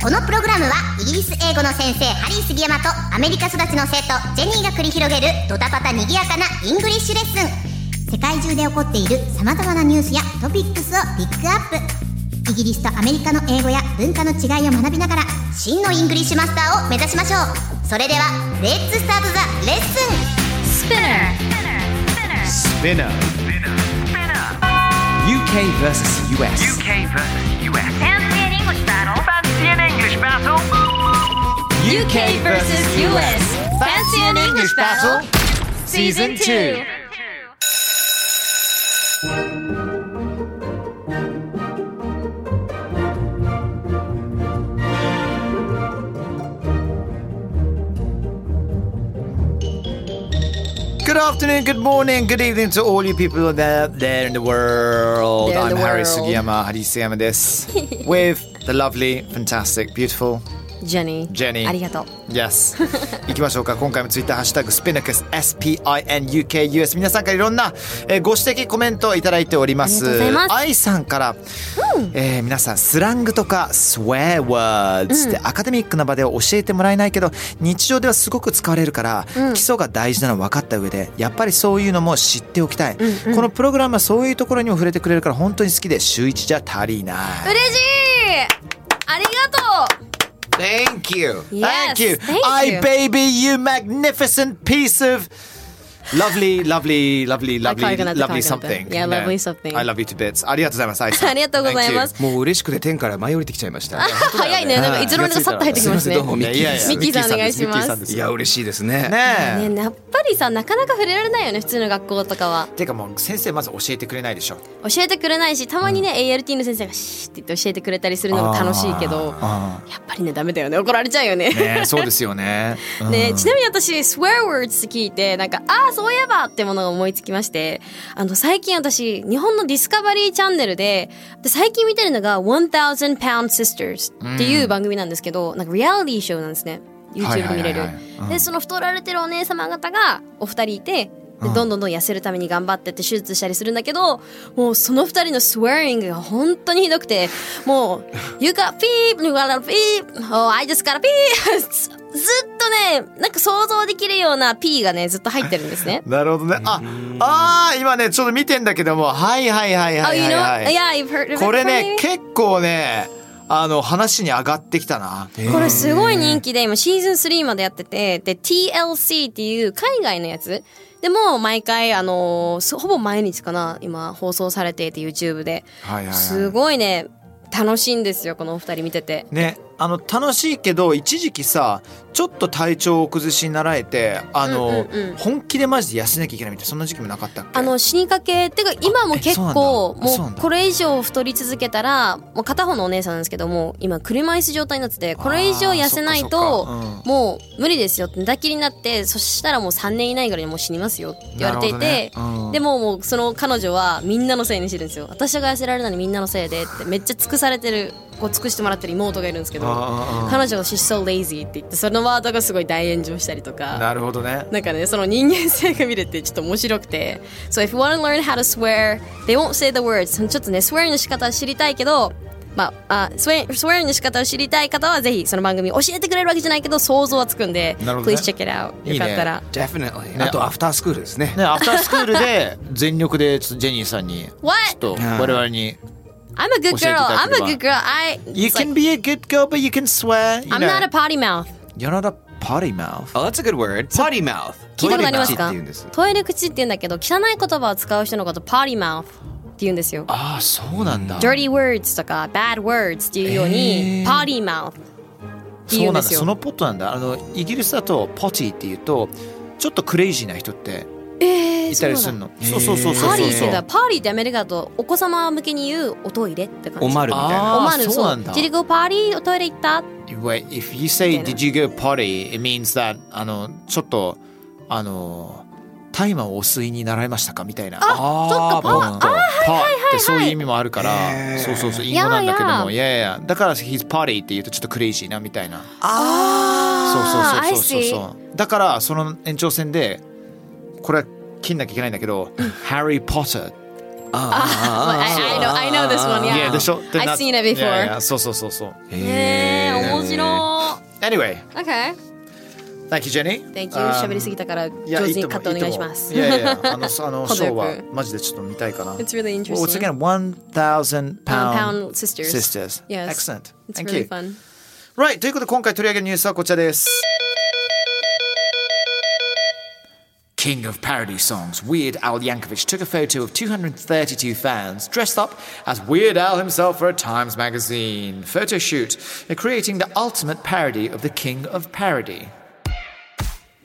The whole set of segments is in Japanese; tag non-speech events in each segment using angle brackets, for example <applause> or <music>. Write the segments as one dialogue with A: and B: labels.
A: このプログラムはイギリス英語の先生ハリー杉山とアメリカ育ちの生徒ジェニーが繰り広げるドタパタにぎやかなイングリッシュレッスン世界中で起こっている様々なニュースやトピックスをピックアップイギリスとアメリカの英語や文化の違いを学びながら真のイングリッシュマスターを目指しましょうそれではレッツスタートザレッスン
B: Spinner. UK versus US.
C: UK versus US. Fancy an English battle. Fancy an English
B: UK versus US.
C: battle.
D: Fancy an English
B: Season
D: battle?
B: 2.
E: Good afternoon, good morning, good evening to all you people there, there in the world.
D: There in
E: I'm
D: the
E: Harry
D: world.
E: Sugiyama, Hari Sugiyama
D: <laughs>
E: desu. With the lovely, fantastic, beautiful
D: ジェニー。
E: Jenny.
D: ありがとう。
E: Yes. <laughs> 行きましょうか。今回もツイッターハッシュタグスピナクス SPINUKUS 皆さんからいろんな、えーご指摘コメントをいただいております。
D: ありがとうございます
E: AI さんから、えー皆さんスラングとかスウェーワーズってアカデミックな場では教えてもらえないけど日常ではすごく使われるから、基礎が大事なの分かった上でやっぱりそういうのも知っておきたい、このプログラムはそういうところにも触れてくれるから本当に好きで週一じゃ足りない。
D: 嬉しいありがと
E: Thank you.
D: Yes,
E: thank you.
D: thank
E: I
D: you.
E: baby you magnificent piece of lovely, lovely, lovely, lovely,
D: Coconut, the
E: lovely
D: coconut.
E: something.
D: Yeah,
E: You know,
D: lovely something.
E: I love you to bits. ありがとうございます。
D: <laughs>
E: 愛さん
D: ありがとうございます。
F: もう嬉しくて天から舞い降りてきちゃい
D: <laughs>
F: ました。
D: う早いね。でもいつの間にかさっと入ってきますね。
F: どうもミッキー
E: い
F: です
E: やいや
D: ミッキーさんお願いします
E: ミッキーさんです
F: いや嬉しいですね。
E: ねえ。
D: ね、やっぱりさ、なかなか触れられないよね、普通の学校とかは。
E: てかもう先生まず教えてくれないでしょ。
D: 教えてくれないし、たまにね、ALT の先生がシーって言って教えてくれたりするのも楽しいけど、
E: あ
D: やっぱりね、ダメだよね。怒られちゃうよね。
E: あねえそうですよ
D: <laughs>
E: ね。うん
D: ね、ちなみに私 swear words って聞いてなんかああそういえばってものが思いつきましてあの最近私日本のディスカバリーチャンネルでで最近見てるのが「1000 Pound Sisters」っていう番組なんですけど、なんかリアリティショーなんですね YouTube で見れる、
E: はいはいはいはいうん。
D: でその太られてるお姉様方がお二人いてでどんどんどん痩せるために頑張ってって手術したりするんだけどもうその二人のスウェーリングが本当にひどくてもう「You got peep, you got a peep, oh I just got a peep <laughs> ず」ずっとねなんか想像できるような P がねずっと入ってるんですね
E: なるほどね。あ、ああ今ねちょっと見てんだけども、はいはいはい
D: あ、
E: はいはいはい。
D: you know? Yeah, you've heard of it
E: これ
D: probably.
E: ね結構ねあの話に上がってきたな。
D: これすごい人気で今シーズン3までやっててで TLC っていう海外のやつでも毎回あのーすほぼ毎日かな今放送されていて YouTube で
E: はいはいはい。
D: すごいね楽しいんですよこのお二人見てて
E: ね、あの楽しいけど一時期さちょっと体調を崩しになられてあの、
D: うんうんうん
E: 本気でマジで痩せなきゃいけないみたいなそんな時期もなかったっけ
D: あの死にかけってか今も
E: え
D: 結構
E: そうなんだあそう
D: も
E: なん
D: う
E: だ
D: これ以上太り続けたらもう片方のお姉さんなんですけども今車椅子状態になっててこれ以上痩せない
E: あーそっ
D: と
E: かそっかうん
D: もう無理ですよって寝たきりになってそしたらもう3年以内ぐらいにもう死にますよって言われていて、
E: なるほどねうん
D: でももうその彼女はみんなのせいにしてるんですよ私が痩せられないのにみんなのせいでってめっちゃ尽くされてるこう尽くしてもらってる妹がいるんですけど彼女が「She's so lazy」って言ってそのワードがすごい大炎上したりとか。
E: なるほどね
D: なんかね、その人間性が見れてちょっと面白くて。So if you want to learn how to swear, they won't say the words. ちょっとね、swearing の仕方を知りたいけど、まあ、あ swear- swearing の仕方を知りたい方はぜひその番組教えてくれるわけじゃないけど想像はつくんで、
E: なるほどね
D: please check it out.
E: いいね
D: よかったら。
F: Definitely。あとアフタースクールですね。
E: ねアフタースクールで全力でちょっとジェニーさんにちょ
D: What?
E: っと我々に
D: I'm a good
E: 教えていた
D: girl.
E: だ
D: I'm
E: ければ
D: a good girl. I,
E: You
D: it's like,
E: can be a good girl but you can swear you
D: I'm
E: know.
D: not a potty mouth.
E: You're not a potty mouth
F: Oh, that's a good word. Potty mouth.
D: 聞いたことあります
F: トイレ口っ
D: か
F: て言うんです
D: トイレ口って言うんだけど、汚い言葉を使う人のこと potty mouth って言うんですよ。
E: ああそうなんだ
D: dirty words とか bad words っていうように、
E: えー
D: potty mouth って
E: そう
D: い
E: な
D: うんん
E: だ
D: ですよ
E: そのポットなんだあのイギリスだとポティっていうとちょっとクレイジーな人って
D: えー、
E: 行ったりするの。そうそうそう
D: パ
E: そ
D: ー
E: う
D: リ
E: そう
D: ーってだパーリーってアメリカだとお子様向けに言う音入れって感じ
F: おまるみたいな。
D: お
E: あ
D: ま
E: ー
D: る
E: そう
D: そ
E: な
D: うん
E: だ
D: 自力パーリーおトイレ行った
E: Wait, if you say did you go potty, it means that あのちょっとあの大麻をお吸いに習いましたかみたいな。あ
F: あ
D: そっかパー
E: パーってそういう意味もあるから、そうそうそう、英語なんだけども、いやいや、だから he's potty って言うとちょっとクレイジーなみたいな。
D: あ
E: そうそうそうそうそうそう。だからその延長線でこれは切んなきゃいけないんだけど、ハリー・ポッター。
D: I, know, I know this one
E: い
D: yeah,
E: やでしょってな
D: I've seen it before
E: いやいやそうそうそうそう。
D: えー、面白
E: Anyway,
D: い OK
E: thank you Jenny.
D: Thank you
E: あー
D: 喋りすぎたから
E: いや
D: 上手にカットお願いします
E: いいと思ういやいや、あ <laughs> の、そあの、シ
D: 程
E: ョ
D: よ
E: ー
D: く
E: は、マジでちょっと見たいかな。
D: It's really interesting
E: Once again, 1,000
D: Pound
E: pound
D: sisters
E: sisters.
D: Yes.
E: Excellent.
D: It's
E: Thank
D: really
E: you.
D: fun
E: Right, ということで今回取り上げるニュースはこちらです。King of parody songs, Weird Al Yankovic took a photo of 232 fans dressed up as Weird Al himself for a Times magazine photo shoot, creating the ultimate parody of the King of Parody.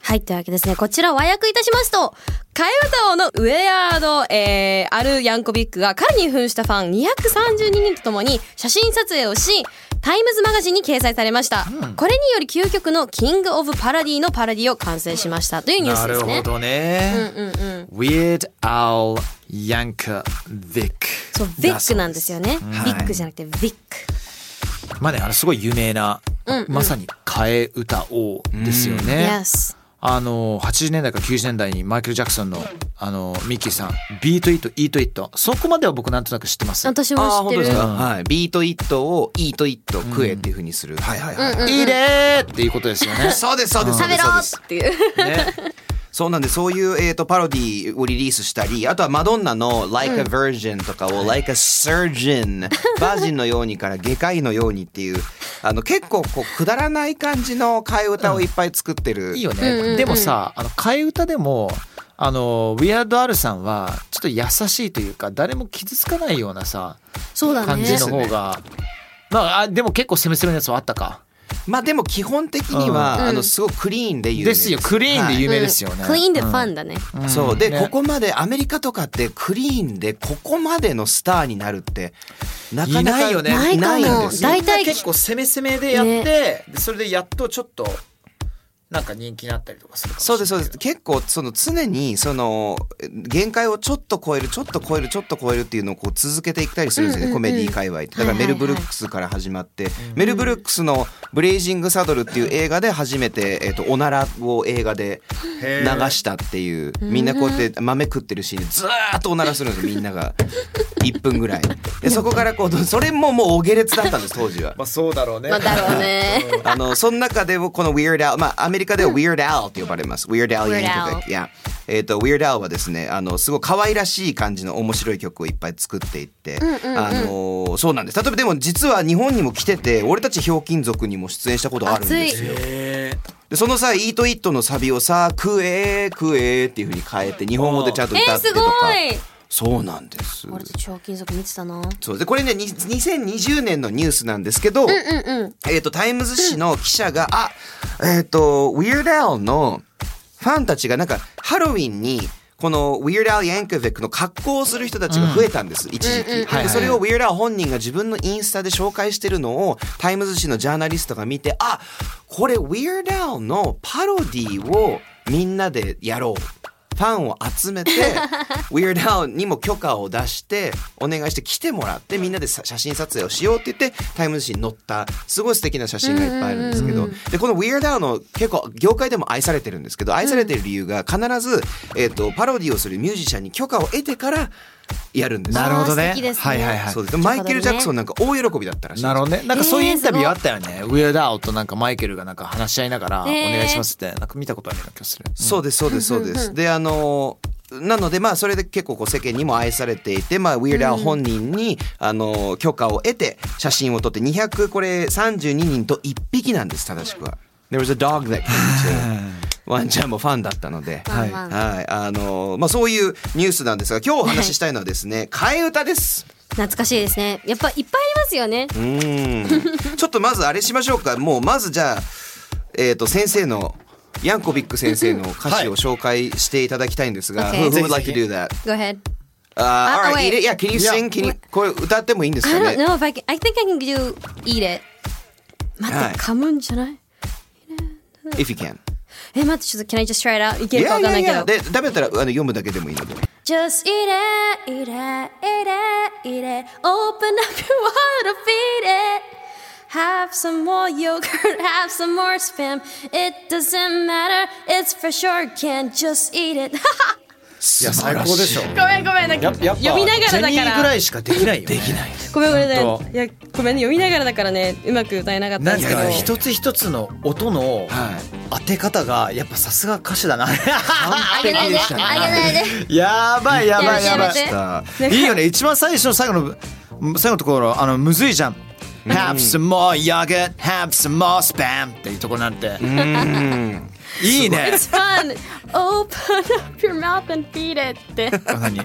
D: はい、というわけですね。こちら和訳いたしますと、替え歌王のウェアード、えー、アル・ヤンコビックが彼に扮したファン232人とともに写真撮影をし、タイムズマガジンに掲載されました。これにより究極のキング・オブ・パラディのパラディを完成しましたというニュースですね。
E: なるほどね。Weird Al Yankovic
D: そう、ビックなんですよね。ビックじゃなくてビック。
E: まあねあのすごい有名な、まさに替え歌王ですよね、
D: Yes。
E: あの80年代から90年代にマイケル・ジャクソンのあのミッキーさん「ビート・イート・イート・イット」そこまでは僕なんとなく知ってます「
D: 私も知ってる。
F: かはい。ビートイットをイートイット食えっていうふうにする。はいはいはい。
E: いいね!」っていうことですよ
D: <laughs>
E: ね
F: そうですそうですそう
D: 食べ
F: です
D: ろ
F: そうです。
D: っていう。
E: ね
F: そうなんでそういう、えー、とパロディをリリースしたりあとはマドンナの「Like a Virgin」とかを「Like a Surgeon」バージンのようにから外科医のようにっていうあの結構こうくだらない感じの替え歌をいっぱい作ってる、
E: いいよね、でもさあの替え歌でもあのウィアード・アルさんはちょっと優しいというか誰も傷つかないようなさ
D: そうだ
E: 感
D: ね
E: じ。の方が、まああでも結構攻め攻めのやつはあったか
F: まあでも基本的には、あのすごくクリーンで有名
E: ですよクリーンで有名ですよね、
D: クイーンでファンだね。
F: はいそうで、
E: ね
F: ここまでアメリカとかってクリーンでここまでのスターになるってなかなか
E: いないよね
D: ないかも
F: いんですよ
D: 大体
E: 結構攻め攻めでやって、
D: ね
E: でそれでやっとちょっとなんか人気になったりとかするかもし
F: そ
E: れ
F: う
E: な
F: で
E: い
F: すそうです結構その常にその限界をちょっと超えるちょっと超えるちょっと超えるっていうのをこう続けていったりするんですよね、コメディ界隈ってだからメル・ブルックスから始まって、メル・ブルックスの「ブレイジング・サドル」っていう映画で初めて、えっとおならを映画で流したっていうみんなこうやって豆食ってるシーンでずーっとおならするんですよみんなが1分ぐらいでそこからこうそれももうお下劣だったんです当時は
E: まあそうだろうね、
D: まあ、だろ
E: <laughs>
D: うね。
F: あの、その中でもこの Weird Al、まあ、アメリカでは Weird Al って呼ばれます。Weird Al
D: Weird
F: Yankovic。いや。えっと、Weird Al はですね、あの、すごい可愛らしい感じの面白い曲をいっぱい作っていって、あの、そうなんです。例えばでも実は日本にも来てて、俺たちひょうきん族にも出演したことあるん
D: 熱
F: で
D: い
F: す。。で、その際、Eat It のサビをさ、食え、食えっていう風に変えて、日本語でちゃんと
D: え
F: 歌
D: ー、
F: って
D: す
F: と
D: ご
F: か。
D: い。
F: そうなんです。
D: 俺たち賞金属見てたな。
F: そうでこれねに2020年のニュースなんですけど、えっ、とタイムズ紙の記者が、あえっ、とウィ r d Al のファンたちがなんかハロウィンにこのウィ r d Al ヤンコビックの格好をする人たちが増えたんです、一時期、でそれをウィ r d Al 本人が自分のインスタで紹介してるのをタイムズ紙のジャーナリストが見てあこれウィ r d Al のパロディをみんなでやろうファンを集めて Weird Al にも許可を出してお願いして来てもらってみんなでさ写真撮影をしようって言ってタイムズ紙に載ったすごい素敵な写真がいっぱいあるんですけどでこの Weird Al の結構業界でも愛されてるんですけど愛されてる理由が必ず、えー、とパロディをするミュージシャンに許可を得てからやるんですよ
E: なるほど
D: あー
E: ね
D: 素敵ですね
E: はいはいはい
F: そうですマイケル・ジャクソンなんか大喜びだったらしいんですよ
E: なるほどねなんかそういうインタビューあったよね、ウィアダオとなんかマイケルがなんか話し合いながら「お
D: えー
E: 願いします」ってなんか見たことあるような気がする、
F: そうですそうですそうです。であのなのでまあそれで結構こう世間にも愛されていてまあウィーラー本人にあの許可を得て写真を撮って200これ32人と1匹なんです正しくは。There was a
E: <laughs>
F: dog that came to ワンちゃんもファンだったので。
D: はい
F: はい。あのまあそういうニュースなんですが今日お話ししたいのはですね替え歌です。
D: 懐かしいですね。やっぱいっぱいありますよね。
F: うーんちょっとまずあれしましょうか。もうまずじゃあ、えっ、と、先生のヤンコビック先生の歌詞を紹介していただきたいんですが、
D: <laughs> Okay.
F: who who would like to do that?
D: Go ahead.
F: Uh,
D: Ah,
F: all right,
D: wait.
F: eat it. Yeah, can you sing? Can you これ歌ってもいいんですか
D: I
F: ね
D: don't know if I can. I think I can do eat it. 待って、
F: はい
D: 噛むんじゃない
F: If you can.
D: え、待って、ちょっと、can I just try it out? いけるか
F: Yeah,
D: わかんないけ
F: yeah, yeah.
D: ど。
F: で、ダメだったらあの読むだけでもいいので。
D: Just eat it, eat it, eat it, eat it. Open up your water, feed it. Have some more yogurt, <laughs> have some more spam. It doesn't matter, it's for sure. Can just eat it. <laughs>
E: いや最高でしょ
D: ごめんごめんな
E: や
D: んか
E: っやっぱ
D: 読みながらだから
E: ジェニーぐらいしかできないよ、ね、できない
D: ごめんごめん、ね
E: 本、
D: いやごめんね読みながらだからねうまく歌えなかった
E: なんん
D: ですけど
E: か一つ一つの音の当て方がやっぱさすが歌手だな
D: あげないであげないで
E: <laughs> やばいやばいやばい
D: やめて
E: いいよね一番最初の最後の最後のところあのむずいじゃん Have some more yogurt, have some more spam っていうところなんていいね
D: It's fun Open up your mouth and feed it って
E: 何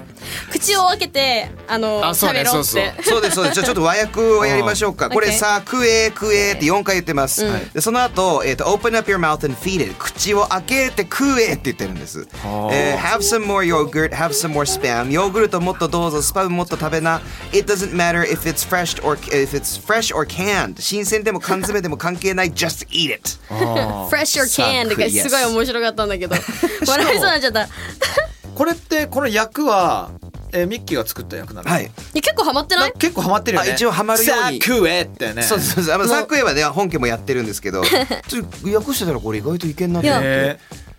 D: 口を開けてあの
E: あそうね
D: 食べろって
E: そうそう
F: そうですそうです。じゃあちょっと和訳をやりましょうか。これ
D: Okay.
F: さ、クエクエって4回言ってます。でその後、えっと Open up your mouth and feed it 口を開けてクエって言ってるんです。えー Have some more yogurt, have some more spam ヨーグルトもっとどうぞ、スパムもっと食べな。It doesn't matter if it's fresh or if it's fresh or canned 新鮮でも缶詰でも関係ない。Just eat it。
D: Fresh or canned がすごい面白かったん
E: <laughs>
D: だけど笑いそうになっちゃったい
E: これってこの役は、えーミッキーが作った役なの、
F: はい。
D: や結構ハマってな
E: な
D: い
E: 結構ハマってるよね
F: あ一応ハマるように
E: さあ食えってね
F: そうそうそう。あのサックエはね本家もやってるんですけど、ちょっと訳してたらこれ意外といけんなと思って。
E: えー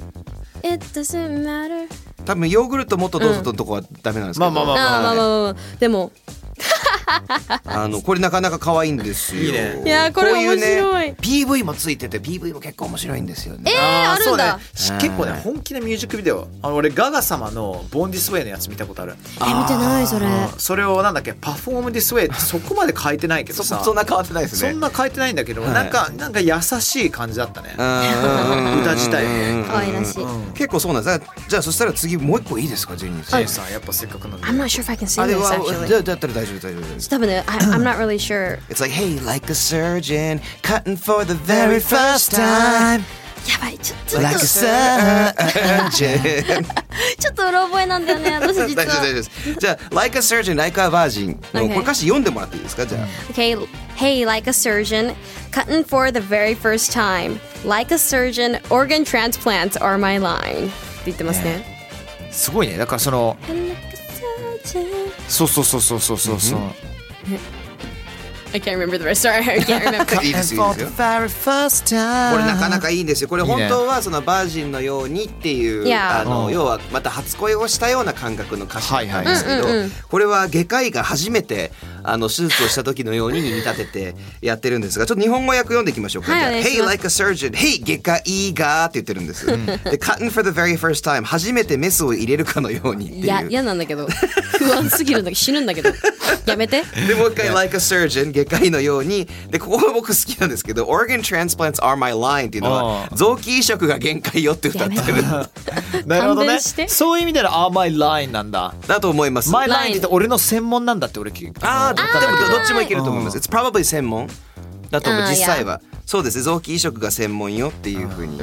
D: It doesn't matter
F: 多分ヨーグルトもっとどうぞのとこはダメなんですけど。
E: うんまあまあまあ
D: ああまあまあまあでも
F: あのこれなかなか可愛いんですよ。
E: いいね
D: いやーこれ面白い
F: こううね、PV もついてて PV も結構面白いんですよね。
E: あ
D: あるんだ
E: そうね、結構ね本気でミュージックビデオあの俺ガガ様の「ボン・ディスウェイ」のやつ見たことある
D: え見てないそれ
E: それをなんだっけパフォーム・ディスウェイってそこまで変えてないけど
F: そ
E: さ
F: そんな変わってないです
E: そ
F: ね。
E: んな変えてないんだけど、なんかなんか優しい感じだったね、
F: うんうんうん
E: 歌自体ね
D: 可愛らしい I'm
F: 結構そうなんです。じゃあそしたら次もう一個いいですかジェニーさん。
E: J さんやっぱせっかくなんで
D: not sure if I can
F: あ
D: sing
F: れ
D: this
F: は
D: actually
F: だだったら大丈夫大丈夫です。
D: 多分ね I, I'm not really sure
F: It's like hey like a surgeon cutting for the very first
D: <laughs>
F: time
D: やばいちょちょっ
F: like a
D: と
F: surgeon
D: ちょっとうろ覚えなんだよね私実
F: <laughs> 大丈夫大丈夫
D: は
F: ですじゃあ Like a surgeon like a virgin の
D: Okay
F: これ歌詞読んでもらっていいですかじゃあ
D: Okay, hey, like a surgeon, cutting for the very first time. Like a surgeon, organ transplants are my line. って言ってますね。
E: すごいねだからそのそうそうそうそうそうそうそう
D: I can't remember the rest. Sorry, I can't
F: <laughs>
D: remember.
F: いいですよいいですよこれなかなかいいんですよこれ
E: いい
F: 本
E: ね
F: 当はそのバージンのようにっていう
D: Yeah
F: あの、
E: うん
F: 要はまた初恋をしたような感覚の歌詞
E: はいは
F: ないんですけど、これは外科医が初めてあの手術をした時のようにに見立ててやってるんですがちょっと日本語訳読んでいきましょうか、
D: はい
F: じゃあ
D: お願いし
F: Hey
D: ます
F: like a surgeon Hey 外科医がって言ってるんですで Cutting for the very first time 初めてメスを入れるかのようにっていう
D: いや、嫌なんだけど。不安すぎるんだけど、死ぬんだけど。やめて。
F: でもう一回、like a surgeon、外科医のように、で、ここが僕好きなんですけど、organ transplants are my line っていうのは、臓器移植が限界よって歌ってる。
E: なるほど
D: <laughs>
E: ね
D: 勘弁して
E: そういう意味での「あ my line」なんだ
F: だと思います。
E: マイラインって言って俺の専門なんだって俺聞いた。
F: ああ、でもどっちもいけると思います。It's probably 専門だと思う
D: あ、ー
F: 実際は。そうですね、臓器移植が専門よっていうふうに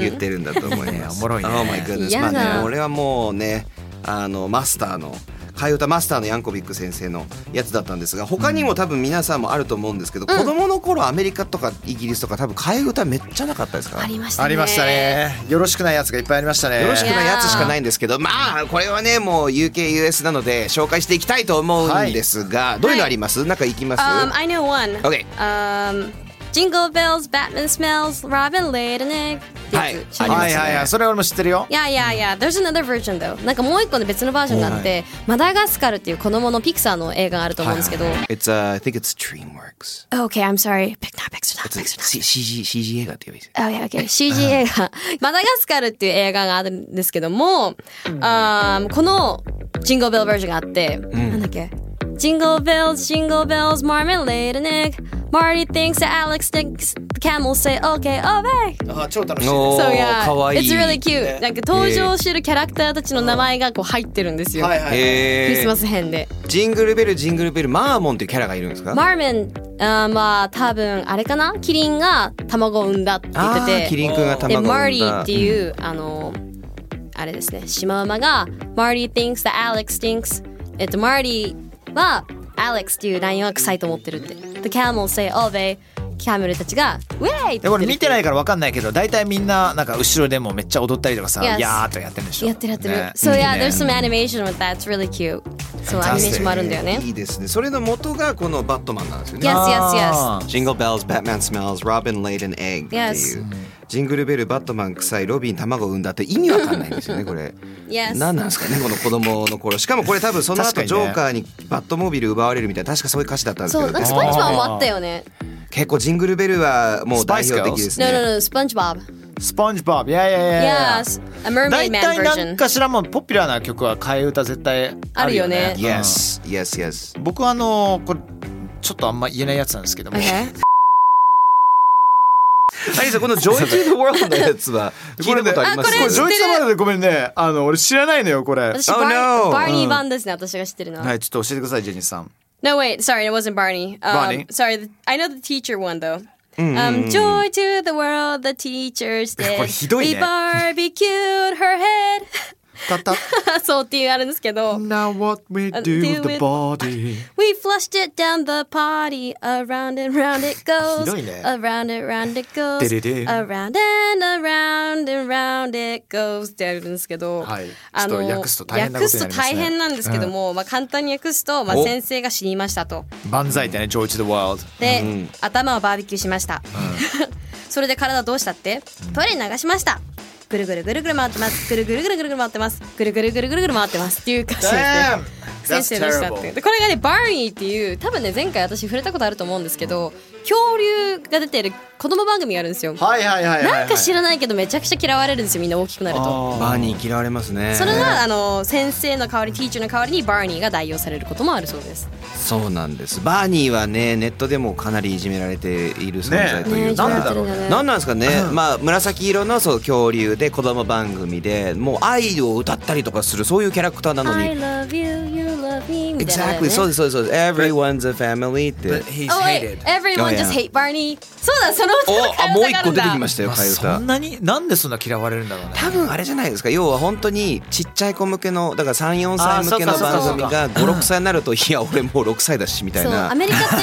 F: 言ってるんだと思います。
E: おもろいね
F: Oh my goodness.
D: 嫌
F: まあ
D: だ
F: ね、俺はもうね、あの、マスターの、替え歌マスターのヤンコビック先生のやつだったんですが他にも多分皆さんもあると思うんですけど、子供の頃アメリカとかイギリスとか多分替え歌めっちゃなかったですか
D: あ
F: ら
D: りましたね。
E: ありました。ね。よろしくないやつがいっぱいありましたね。
F: よろしくないやつしかないんですけど、まあこれはねもう UKUS なので紹介していきたいと思うんですが、どういうのあります、なんかいきます、
D: Um, I know one.
F: Okay.
D: Um, Jingle bells, Batman smells, Robin laid an egg. ってやつ知らない
E: はいはいはい、それ俺も知ってるよ
D: い。やいやいや、there's another version だよ。なんかもう一個の別のバージョンがあって、マダガスカルっていう子供のピクサーの映画があると思うんですけど。
F: It's uh, I think it's DreamWorks.
D: Okay, I'm sorry. Pick not, pick not,
F: It's a
D: pick not.
F: C- CG CG 映画って言えばいいです。
E: <laughs>
D: Oh, yeah, okay. CG 映画。 <laughs> マダガスカルっていう映画があるんですけども、あーこのジンゴベルバージョンがあって、なんだっけ Jingle Jingle bells, jingle bells, marmalade and egg. Marty thinks that Alex thinks the camels say okay, okay.
E: あ超楽しいです
F: お
D: So
F: ー
D: yeah,
F: かわいい。
D: it's really cute.
E: ね
D: なんか登場してるキャラクターたちの名前がこう入ってるんですよ。
E: はいはい、
D: クリス
F: え
D: マ
F: ー、
D: ス編で。
F: ジングルベルジングルベルマーモンっていうキャラがいるんですか？
D: マーメンあーまあ多分あれかなキリンが卵を産んだって言って
F: あ
D: て
F: ーキリン君が
D: で
F: 卵を産んだ。
D: マーリーっていう、あのあれですねシマウマがマーリー thinks that Alex thinks えっとマーリーは Alex っていうライオンは臭いと思ってるって The camel say all day キャメルたちがウェイって
E: で
D: 言っ
E: こ
D: て
E: れ
D: る
E: 見てないからわかんないけど大体みんななんか後ろでもめっちゃ踊ったりとかさ、
D: Yes
E: やーっとやってるんでしょ
D: やってるやってる、
E: ね
D: So
E: いい
D: yeah
E: ね
D: there's some animation with that it's really cute そうアニメーションもあるんだよね
F: いいですね。それの元がこのバットマンなんですよね。
D: Yes yes
E: あー
F: Jingle bells, Batman smells, Robin laid an egg っていう。
D: Yes
F: ジングルベル、バットマン臭い、ロビン卵産んだって意味わかんないんですよね、これ。
D: yes
F: 何なんですかね、この子供の頃。しかもこれ多分その
E: 確か
F: 後
E: にね
F: ジョーカーにバットモービル奪われるみたいな、確かそういう歌詞だったんです
D: そう
F: け
D: なん
F: ど
D: か
F: ね
D: ス。ポンジマンもあったよね
F: 結構ジングルベルはもう代表的ですね。
D: No no no スポンジバブ
E: スポンジボブいやいやいやいや
D: Yes, a mermaid
E: 大
D: man
E: 体なん
D: version.
E: かしらもうポピュラーな曲は替え歌絶対あるよね
D: あるよね
F: Yes, yes, yes.
E: 僕はあのーこれちょっとあんま言えないやつなんですけども、
D: Okay.
F: <laughs> アリさん、この Joy to the
E: <laughs>
F: World のやつは聞いたことあります
D: あこれ
E: ジョイツマでごめんねあの俺知らないのよこれ
D: 私、
F: Oh,
D: Barney-
F: no.
D: Barney 版ですね、私が知ってるのは。
E: はいちょっと教えてくださいジェニーさん
D: No, wait, sorry, it wasn't Barney. Um,
E: Barney? Mm.
D: Sorry, the- I know the teacher one though. Um, joy to the world, the teacher's
E: <laughs>
D: day.
E: これひどいね
D: We barbecued her head. <laughs>
E: たた
D: そうっていうあるんですけど。
E: Now what we do
D: do
E: with the
D: with-
E: body
D: We flushed it down the potty. Around and round it goes.
E: ひどいね
D: Around and round it goes.
E: でれれ
D: Around and around and round it goes ってあるんですけど、
E: はい
D: あの
E: ちょっと訳すと大変なことになりますね
D: 訳すと大変なんですけども、まあ簡単に訳すと、まあ
F: お
D: 先生が死にましたと。
E: 万歳だねジョイツ the world
D: で、頭をバーベキューしました。 <laughs> それで体どうしたって？トイレに流しました。ぐるぐるぐるぐる回ってます。ぐるぐるぐるぐるぐる回ってます。ぐるぐるぐるぐるぐる回ってます。っていう歌詞ですね。先生どうしたってでこれがねバーニーっていう多分ね前回私触れたことあると思うんですけど恐竜が出てる子供番組があるんですよ、
E: はいはいはいはい、はい、
D: なんか知らないけどめちゃくちゃ嫌われるんですよみんな大きくなると
F: バーニー嫌われますね。
D: それがあの先生の代わりティーチャーの代わりにバーニーが代用されることもあるそうです
F: そうなんです。バーニーはね、ネットでもかなりいじめられている存在と
D: ね
F: い
D: え
F: うか。
D: ねえいじめられてるんだね
F: なんなんですかね。まあ紫色のそう恐竜で子供番組で、もう愛を歌ったりとかするそういうキャラクターなの
D: I
F: に。
D: love you, you love me みたいな、ね、
F: Exactly そうですそうですそうです。Everyone's a family って。
E: he's
D: Oh wait, everyone
F: Oh, yeah.
D: just hate Barney そうだその歌の
F: お、あ
D: 替え
F: もう
D: 歌が
F: 一
D: ある
F: 個
D: ん
F: 出
D: だ
F: てきましたよ
E: まあ
F: 替え
E: そ
F: 歌
E: ん。なになんでそんな嫌われるんだろうね
F: 多分あれじゃないですか要は本当にちっちゃい子向けのだから34歳向け
E: あ
F: の
E: そうかそうか
F: 番組が56歳になるといや俺もう6歳だしみたい
D: そうア
F: な
D: メリカって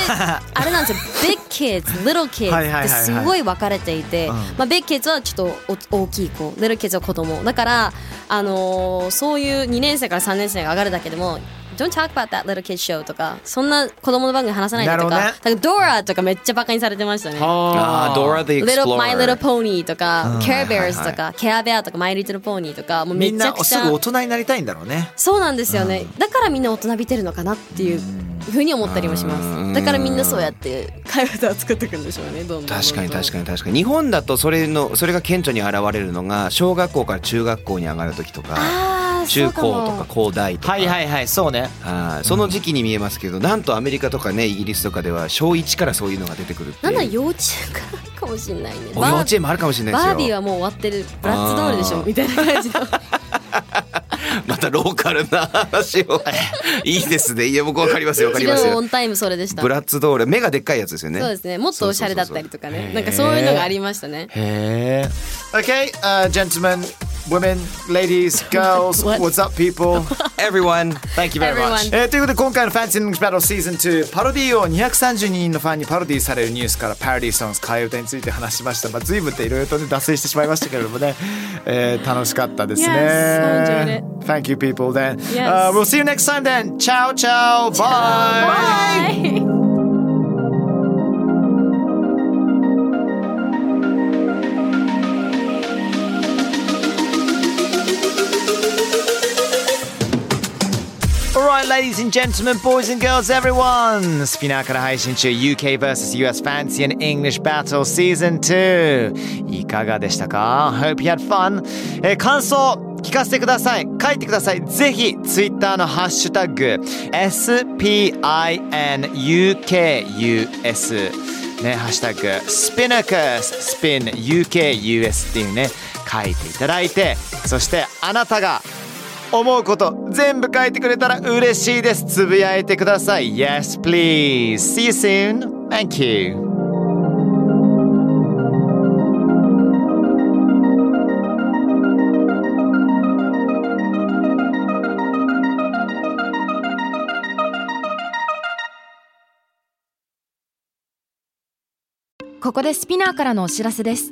F: <laughs>
D: あれなんですよ big kids little kids
E: はいはいはいは
D: っ
E: い
D: てすごい分かれていて、まあ、big kids はちょっとお大きい子 little kids は子供だから、あのーそういう2年生から3年生が上がるだけでも Don't talk about that little kid show とかそんな子供の番組話さないでとか,、
E: なるほ
D: ドラとかめっちゃバカにされてましたね。
F: あードラ the
D: Little My Little
F: Explorer
D: Pony とか、Care
F: はいはい
D: Bears とか、ケアベアとか、マイリトルポーニーとか、もうめ
E: みん
D: ちゃ
E: な
D: くち
E: す
D: ゃ
E: ぐ大人になりたいんだろうね
D: そうなんですよね、だからみんな大人びてるのかなっていうふうに思ったりもしますだからみんなそうやって替え歌を作っていくんでしょうねどんどん
F: 確かに確
D: か
F: かに確かに日本だとそれのそれが顕著に現れるのが小学校から中学校に上がる時とか
D: あー
F: 中高
D: そう
F: と
D: も
F: か高大とか
E: はいはいはいそうね
F: はいその時期に見えますけどなんとアメリカとかねイギリスとかでは小1からそういうのが出てくるって
D: ないんだ
F: う
D: 幼稚園からかもしれないね
F: お幼稚園もあるかもしれないですよ
D: バービーはもう終わってるブラッツドールでし
F: あ
D: ょ
F: ー
D: みたいな感じの
F: またローカルな話を <laughs> いいですねいや僕わかりますよわかります
D: 一番オ
F: よ
D: ンタイムそれでした
F: ブラッツドール目がでっかいやつですよね
D: そうですねもっとおしゃれだったりとかねなんかそういうのがありましたね
E: へえ Okay、uh, gentlemen women ladies girls
D: <laughs> What?
E: what's up
D: <laughs>
E: people
F: Everyone
E: Thank you very much.
D: Everyone.
E: えーということで今回の Fancy English Battle Season 2パロディを232人のファンにパロディされるニュースからパロディソング替え歌について話しました。まあ随分といろいろとね脱線してしまいましたけれどもね、えー楽しかったですね。
D: Yes,
E: Thank you people then.
D: Yes.
E: Uh, we'll see you next time then. Ciao ciao. Bye.
D: Bye.
E: Alright, ladies and gentlemen, boys and girls, everyone! スピナーから配信中 UK vs.US Fancy and English Battle Season 2いかがでしたか ?Hope you had fun! えー感想聞かせてください書いてくださいぜひツイッターのハッシュタグ SPINUKUS ね、ハッシュタグスピナクススピン UKUS っていうね書いていただいてそしてあなたが思うこと全部書いてくれたら嬉しいですつぶやいてください Yes please See you soon Thank you
G: ここでスピナーからのお知らせです。